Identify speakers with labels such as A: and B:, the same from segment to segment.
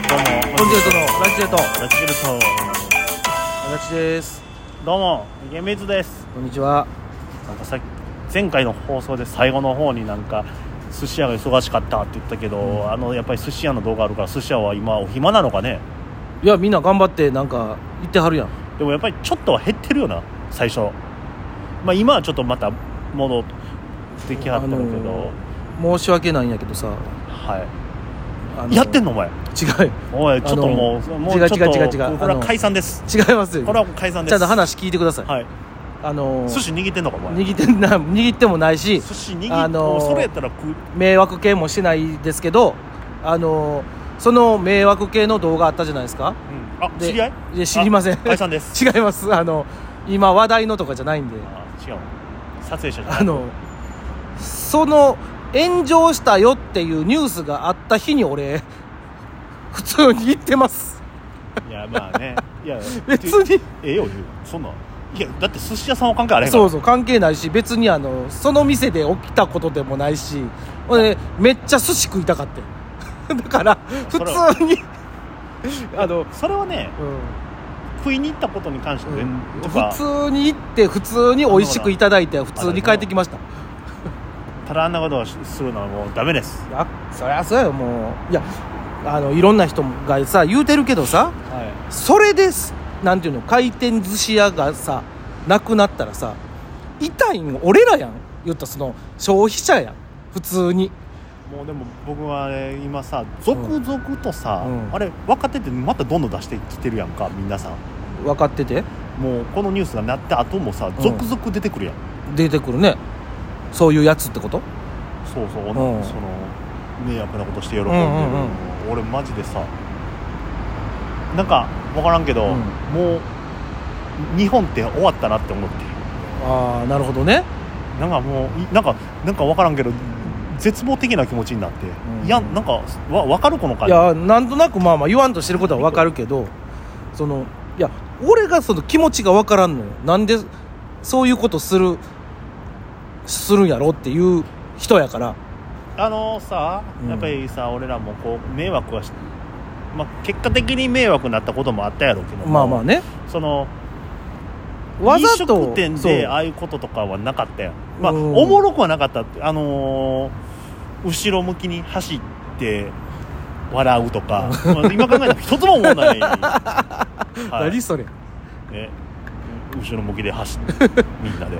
A: ラチルト
B: ンジェルトのランチジェルト足立です
A: どうもゲミズです
B: こんにちは
A: なんかさ前回の放送で最後の方になんか寿司屋が忙しかったって言ったけど、あのやっぱり寿司屋の動画あるから寿司屋は今お暇なのかね
B: いやみんな頑張ってなんか行ってはるやん
A: でもやっぱりちょっとは減ってるよな最初まあ今はちょっとまた戻ってきはってるけど、
B: あの申し訳ないんやけどさ
A: は
B: あ
A: いやってん
B: の
A: のお前
B: 違う
A: おいちょっともう、もうちょっと
B: 違う違う違う違う
A: これは
B: あの
A: 解散です
B: 違いますよ
A: これはもう解散です
B: ちゃんと話聞いてください、
A: はい
B: あのー
A: 寿司握ってんのかお前
B: 握ってな握ってもないし
A: 寿司握って、
B: あのー
A: それやったら食う
B: 迷惑系もしてないですけどあのーその迷惑系の動画あったじゃないですか
A: うんあ
B: で
A: 知り合い
B: いや知りません
A: あ解散です
B: 違いますあの今話題のとかじゃないんで
A: あ違う撮影者じゃない
B: あのその炎上したよっていうニュースがあった日に俺普通に行ってます
A: いやまあねいや
B: 別
A: て
B: に
A: ええよ言うそんなんいやだって寿司屋さんは関係あれへんから
B: そうそう関係ないし別にあのその店で起きたことでもないし俺めっちゃ寿司食いたかってん だから普
A: それは
B: 通にあの、
A: それはね
B: う
A: 食いに行ったことに関して
B: ん
A: 全、とか
B: 普通に行って普通に美味しくいただいて普通に帰ってきました
A: ただあんなことをしするのはもうダメです
B: あそりゃそうよもういやあのいろんな人がさ言うてるけどさ
A: は
B: それですなんていうの回転寿司屋がさなくなったらさ痛いん俺らやん言ったらその消費者やん普通に
A: いもうでも僕はね今さ続々とさ、
B: うん
A: あれ若手ってまたどんどん出してきてるやんか皆さん
B: 分かってて
A: もうこのニュースがなった後もさ
B: うん
A: 続々出てくるやん、
B: 出てくるねそういうやつってこと
A: そうそう、
B: うん
A: その迷惑なことして喜んでる、
B: うんうんうん
A: 俺マジでさなんか分からんけど、
B: うん
A: もう日本って終わったなって思って
B: ああなるほどね
A: なんかもういなんかなんか分からんけど絶望的な気持ちになって、
B: ん
A: いやなんかわ分かるこの
B: い
A: 感じ
B: やなんとなくまあまあ言わんとしてることは分かるけどそのいや俺がその気持ちが分からんのよなんでそういうことするするんやろっていう人やから
A: あのさ
B: うん
A: やっぱりさ、俺らもこう迷惑はし、まあ、結果的に迷惑になったこともあったやろうけども
B: まあまあね
A: その
B: わざ
A: 飲
B: と
A: 食店
B: そう
A: でああいうこととかはなかったよまあ
B: うん
A: おもろくはなかったってあのー後ろ向きに走って笑うとか、まあ今考えたら一つも思わ ない、はい
B: 何それ
A: ね後ろ向きで走ってみんなで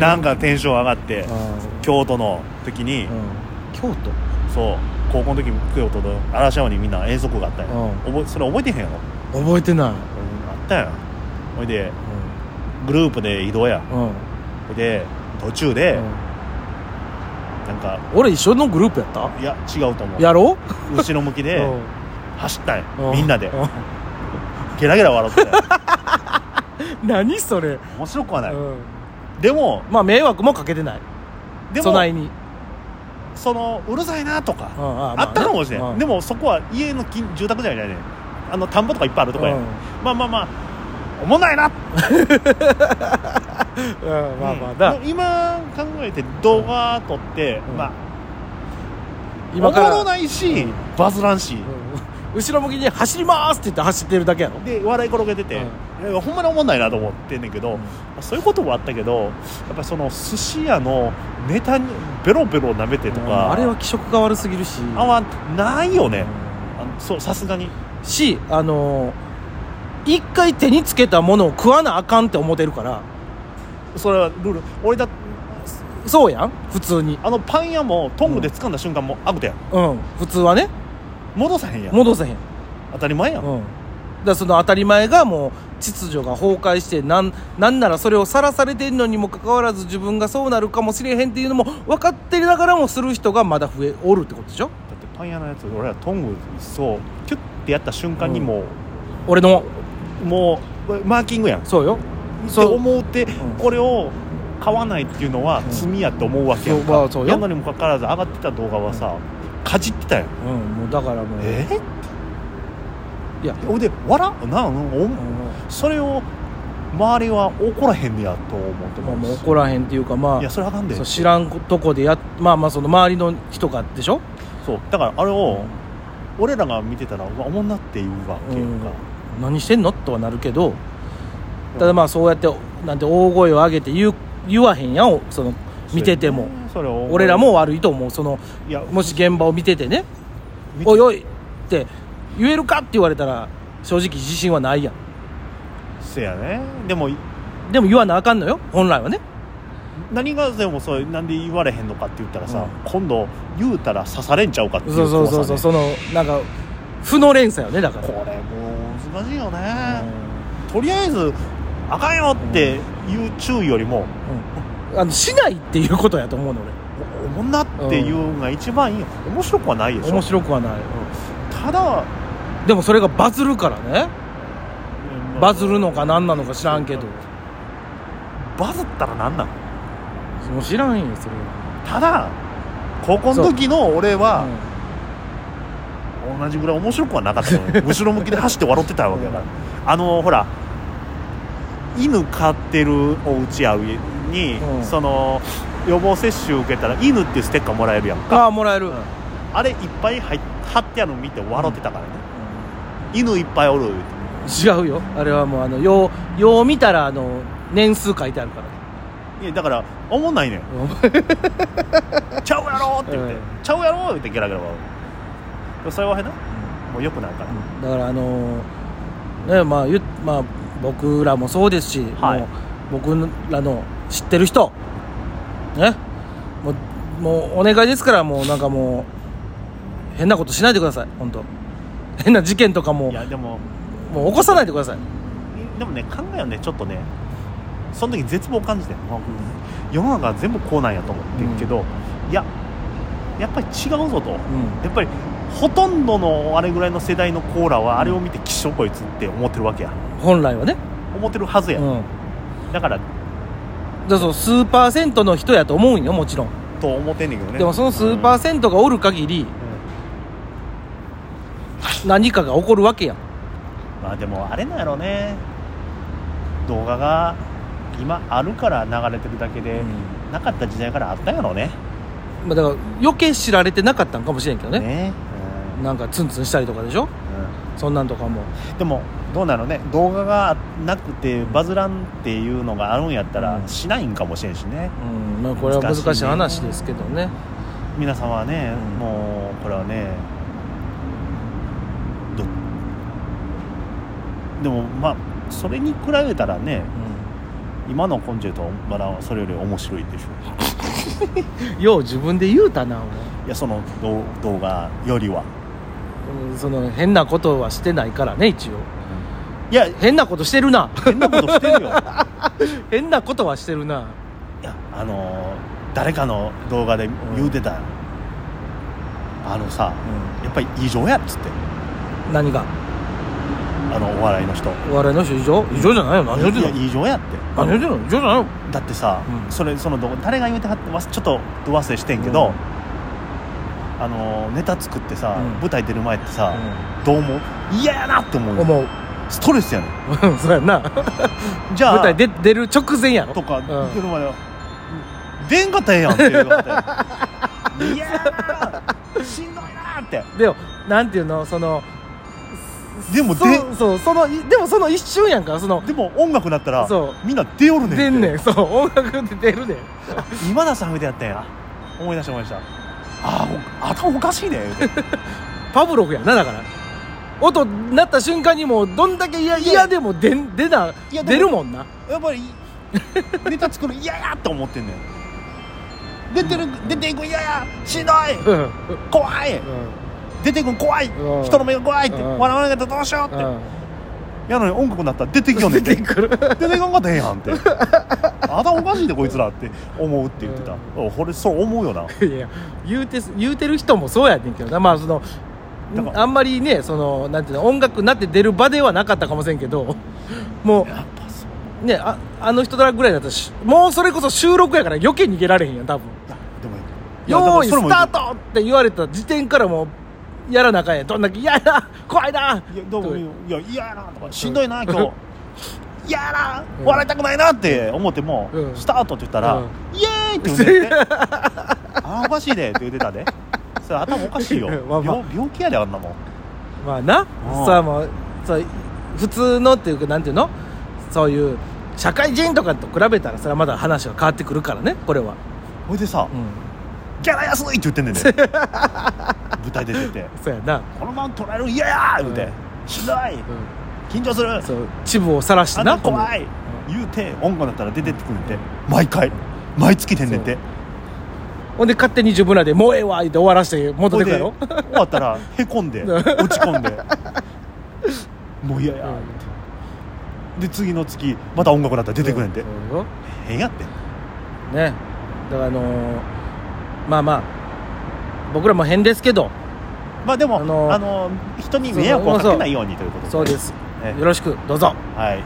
A: なんかテンション上がって
B: あ
A: 京都の時に、
B: ーうん、京都
A: そう高校の時京都の嵐山にみんな遠足があったよ、
B: う
A: 覚えそれ覚えてへんやろ、
B: 覚えてない、
A: あったやんほいでグループで移動や
B: うん
A: ほいで途中で、
B: うん
A: なんか
B: 俺一緒のグループやった
A: いや違うと思う
B: やろ
A: 後ろ向き
B: う
A: で
B: ん
A: 走ったん
B: う
A: よみんなで
B: う
A: ゲラゲラ笑ってた よ
B: 何それ、
A: 面白くはない
B: うん
A: でも
B: まあ迷惑もかけてない
A: でも
B: 備えに、
A: そのうるさいなと
B: う
A: か
B: んあーまあね
A: あったかもしれ
B: うん
A: でもそこは家の近住宅じゃないねあの田んぼとかいっぱいあるとかや
B: うん
A: まあまあまあおもんないな
B: うんまあまあだ、
A: うん今考えて動画撮って
B: うん
A: まあおも
B: 今から
A: ろないし
B: うん
A: バズらんし
B: うん後ろ向きに走りますって言って走ってるだけやろ
A: で笑い転げてていやほんまにおもんないなと思ってんねんけどそういうこともあったけどやっぱりその寿司屋のネタにベロベロ舐めてと
B: うん
A: か
B: あれは気色が悪すぎるし
A: あんまないよね
B: う
A: あのそうさすがに
B: んしあのー一回手につけたものを食わなあかんって思ってるから
A: それはルール俺だ
B: そうやん普通に
A: あのパン屋もトングで掴んだ瞬間もうアウトやん
B: うん普通はね
A: 戻さへんやん
B: 戻せへん
A: 当たり前やん、
B: うん、だからその当たり前がもう秩序が崩壊してなんなんならそれをさらされてるのにもかかわらず自分がそうなるかもしれへんっていうのも分かってながらもする人がまだ増えおるってことでしょ
A: だってパン屋のやつ俺らトングそうキュッてやった瞬間にも
B: 俺の
A: う、もうマーキングやんっ
B: そうよ
A: て
B: そう
A: 思うて、
B: ん
A: これを買わないっていうのは
B: うん
A: 罪やって思うわけやん
B: そうま
A: か、
B: あそうよ
A: やのにもかかわらず上がってた動画はさ、かじってたやん
B: うんもうだからもう
A: え
B: いや
A: ほんで笑うなあお
B: うん
A: それを周りは怒らへんねやと思って
B: ま
A: ま
B: あ、もう
A: す
B: 怒らへんっていうかま
A: いや
B: あ
A: それあかんで
B: そう知らんとこでやっまあまあその周りの人がでしょ
A: そうだからあれを俺らが見てたらうわおもんなっていうわっていうか、
B: うん何してんのとはなるけどただまあそうやってなんて大声を上げて言う言わへんやんその見てても、
A: それを
B: 俺らも悪いと思うその
A: いや
B: もし現場を見ててね「
A: 見て
B: おいおい」って言えるかって言われたら正直自信はないやん
A: せやねでも
B: でも言わなあかんのよ本来はね
A: 何がでもそうなんで言われへんのかって言ったらさ、今度言うたら刺されんちゃうかっていう
B: そうそうそうそう
A: 怖さね
B: そのなんか負の連鎖よねだから
A: これもう難しいよ
B: う
A: ね、
B: ん
A: とりあえずあかんよっていう注意よりも、
B: うんあのしないっていうことやと思うの
A: おおもんなっていうのが一番いいよ面白くはないでし
B: 俺
A: ょ
B: 面白くはない
A: ただ、
B: でもそれがバズるからねバズるのか何なのか知らんけど
A: バズったら何なの
B: もう知らんよそれは
A: ただ高校の時の俺は同じぐらい面白くはなかったの よ後ろ向きで走って笑ってたわけだからあのほら犬飼ってるお家やに、
B: うん
A: その予防接種受けたら犬っていうステッカーもらえるやん
B: うんああもらえる、
A: あれいっぱい入っ貼ってあるの見て笑ってたからね、犬いっぱいおる言うて
B: 違うよあれはもうあのようよう見たらあの年数書いてあるから
A: いやだからおもんないねん ちゃうやろって言って、
B: うん
A: ちゃうやろって言ってゲラゲラ笑うでもそれはへなもうよくないから、
B: だからあのーねまあゆまあ僕らもそうですし、
A: はい
B: もう僕らの知ってる人ねもうもうお願いですからもうなんかもう変なことしないでください本当変な事件とかも
A: いやでも
B: もう起こさないでください
A: でもね考えをねちょっとねその時絶望を感じてんもう世の中全部こうなんやと思ってるけど、いややっぱり違うぞと、や
B: う
A: っぱりほとんどのあれぐらいの世代のコーラはあれを見て「きっしょこいつ」って思ってるわけや
B: ん本来はね
A: 思ってるはず
B: う
A: や、
B: ん
A: だから
B: だからそう数パーセントの人やと思うんよもちろん、
A: と思ってんねんけどね
B: でもその数パーセントがおる限り何かが起こるわけやん
A: まあでもあれなんやろうね動画が今あるから流れてるだけで、なかった時代からあったんやろうね
B: まあ、だから余計知られてなかったんかもしれんけどね
A: ね
B: なんかツンツンしたりとかでしょ
A: うん
B: そんなんとかも
A: うんでもどうなのね動画がなくてバズらんっていうのがあるんやったら
B: うん
A: しないんかもしれんしね
B: うん、まあ、これは難
A: 難
B: し
A: し
B: い
A: いね
B: 話ですけどね
A: 皆様はね、
B: うん
A: もうこれはねどでもまあそれに比べたらね今のコンジェルトバラはそれより面白いでしょ
B: よう自分で言うたなお
A: いやその動動画よりは
B: 前うんその変なことはしてないからね一応
A: いや
B: 変なことしてるな
A: 変なことしてるよい
B: 変なことはしてるな
A: やあのー誰かの動画で言うてた、あのさやっぱり異常やっつって
B: 何が
A: あのお笑いの人
B: お笑いの人異常異常じゃないよ何を言って
A: い
B: ん
A: や
B: の
A: 異常やって
B: 何を言ってんの異常じゃないよ
A: だってさ、
B: うん
A: それその動画誰が言うてはってますちょっとど忘れしてんけど、
B: うん
A: あのーネタ作ってさ、
B: うん
A: 舞台出る前ってさ、どう思う嫌やなって思うよ
B: 思う
A: ストレスやね
B: そうやんなん
A: じゃあ
B: 舞台出出る直前やろ
A: とか
B: うん
A: 出るまでは、出んかったらええやんっていう方や いやーしんどいなーって
B: でもなんていうのその
A: でも
B: そ
A: で
B: そうそのいでもその一瞬やんかその
A: でも音楽になったら
B: そ
A: みんな出よるねんって
B: 出んねんそう音楽で出るねん
A: 今田さんみたいやったんや思い出した思い出したああ頭おかしいね言うて
B: パブロフやなだから音鳴った瞬間にもうどんだけ嫌
A: いや
B: 嫌でも出ん出ない
A: やでも
B: 出るもんな
A: やっ ぱりネタ作る嫌やって思ってんねん出てる出ていく嫌やしんどい
B: うんうん
A: 怖い出ていくん怖い
B: うん
A: 人の目が怖いって
B: うん
A: 笑わなかったらどうしようってやのに音楽になったら出てきよ
B: うん
A: ね
B: 出
A: んて
B: てくる
A: 出ていかんかったらええやんって頭おかしいでこいつらって思うって言ってた俺そう思うよない
B: や言うてす言うてる人もそうやねんけどなまあその
A: だから
B: あんまりねそのなんていうの音楽なって出る場ではなかったかもしれんけども
A: やっぱそう
B: うねああの人らぐらいだったらしもうそれこそ収録やから余計逃げられへんやん多分
A: いやでもいや
B: 「
A: だから
B: 用意
A: それ
B: ス
A: も
B: タート!」って言われた時点からもうやらなあかんやんどんだけ「嫌やな怖いない
A: やどう
B: と
A: も
B: か
A: いや嫌やなとかしんどいな今日嫌やな笑いたくないなって思っても、
B: うん
A: スタートって言ったら、
B: うん
A: イエーイって言うんであーおかしいでって言ってたでそれ頭おかしいよ
B: まあまあ
A: 病病気やであんなもん
B: まあな
A: うん
B: さあもうそう普通のっていうかなんていうのそういう社会人とかと比べたらそれはまだ話が変わってくるからねこれは
A: ほいでさ、
B: うん
A: ギャラ安いって言ってんねんで舞台出てて
B: そうやな、
A: 「このまま取られるん嫌や!」言うて、
B: うん
A: しんどい
B: うん、
A: 緊張する
B: そうチブを晒して
A: あ
B: な
A: の怖い言うて音楽だったら出てってくるんで毎回毎月出んねんて
B: ほんで勝手に自分らで「もうええわ」言って終わらして戻っ
A: ほ
B: て
A: い
B: く
A: で
B: や
A: 終
B: ろ
A: わったらへこん で
B: うん
A: 落ち込んでもう嫌や
B: うん
A: で次の月また音楽だったら出てくれんて
B: そうよ
A: 変やって
B: ねだからあのーまあまあ僕らも変ですけど
A: まあでも
B: あのー
A: あのー人に迷惑をかけないようにということ
B: そうです
A: ね
B: よろしくどうぞ
A: はい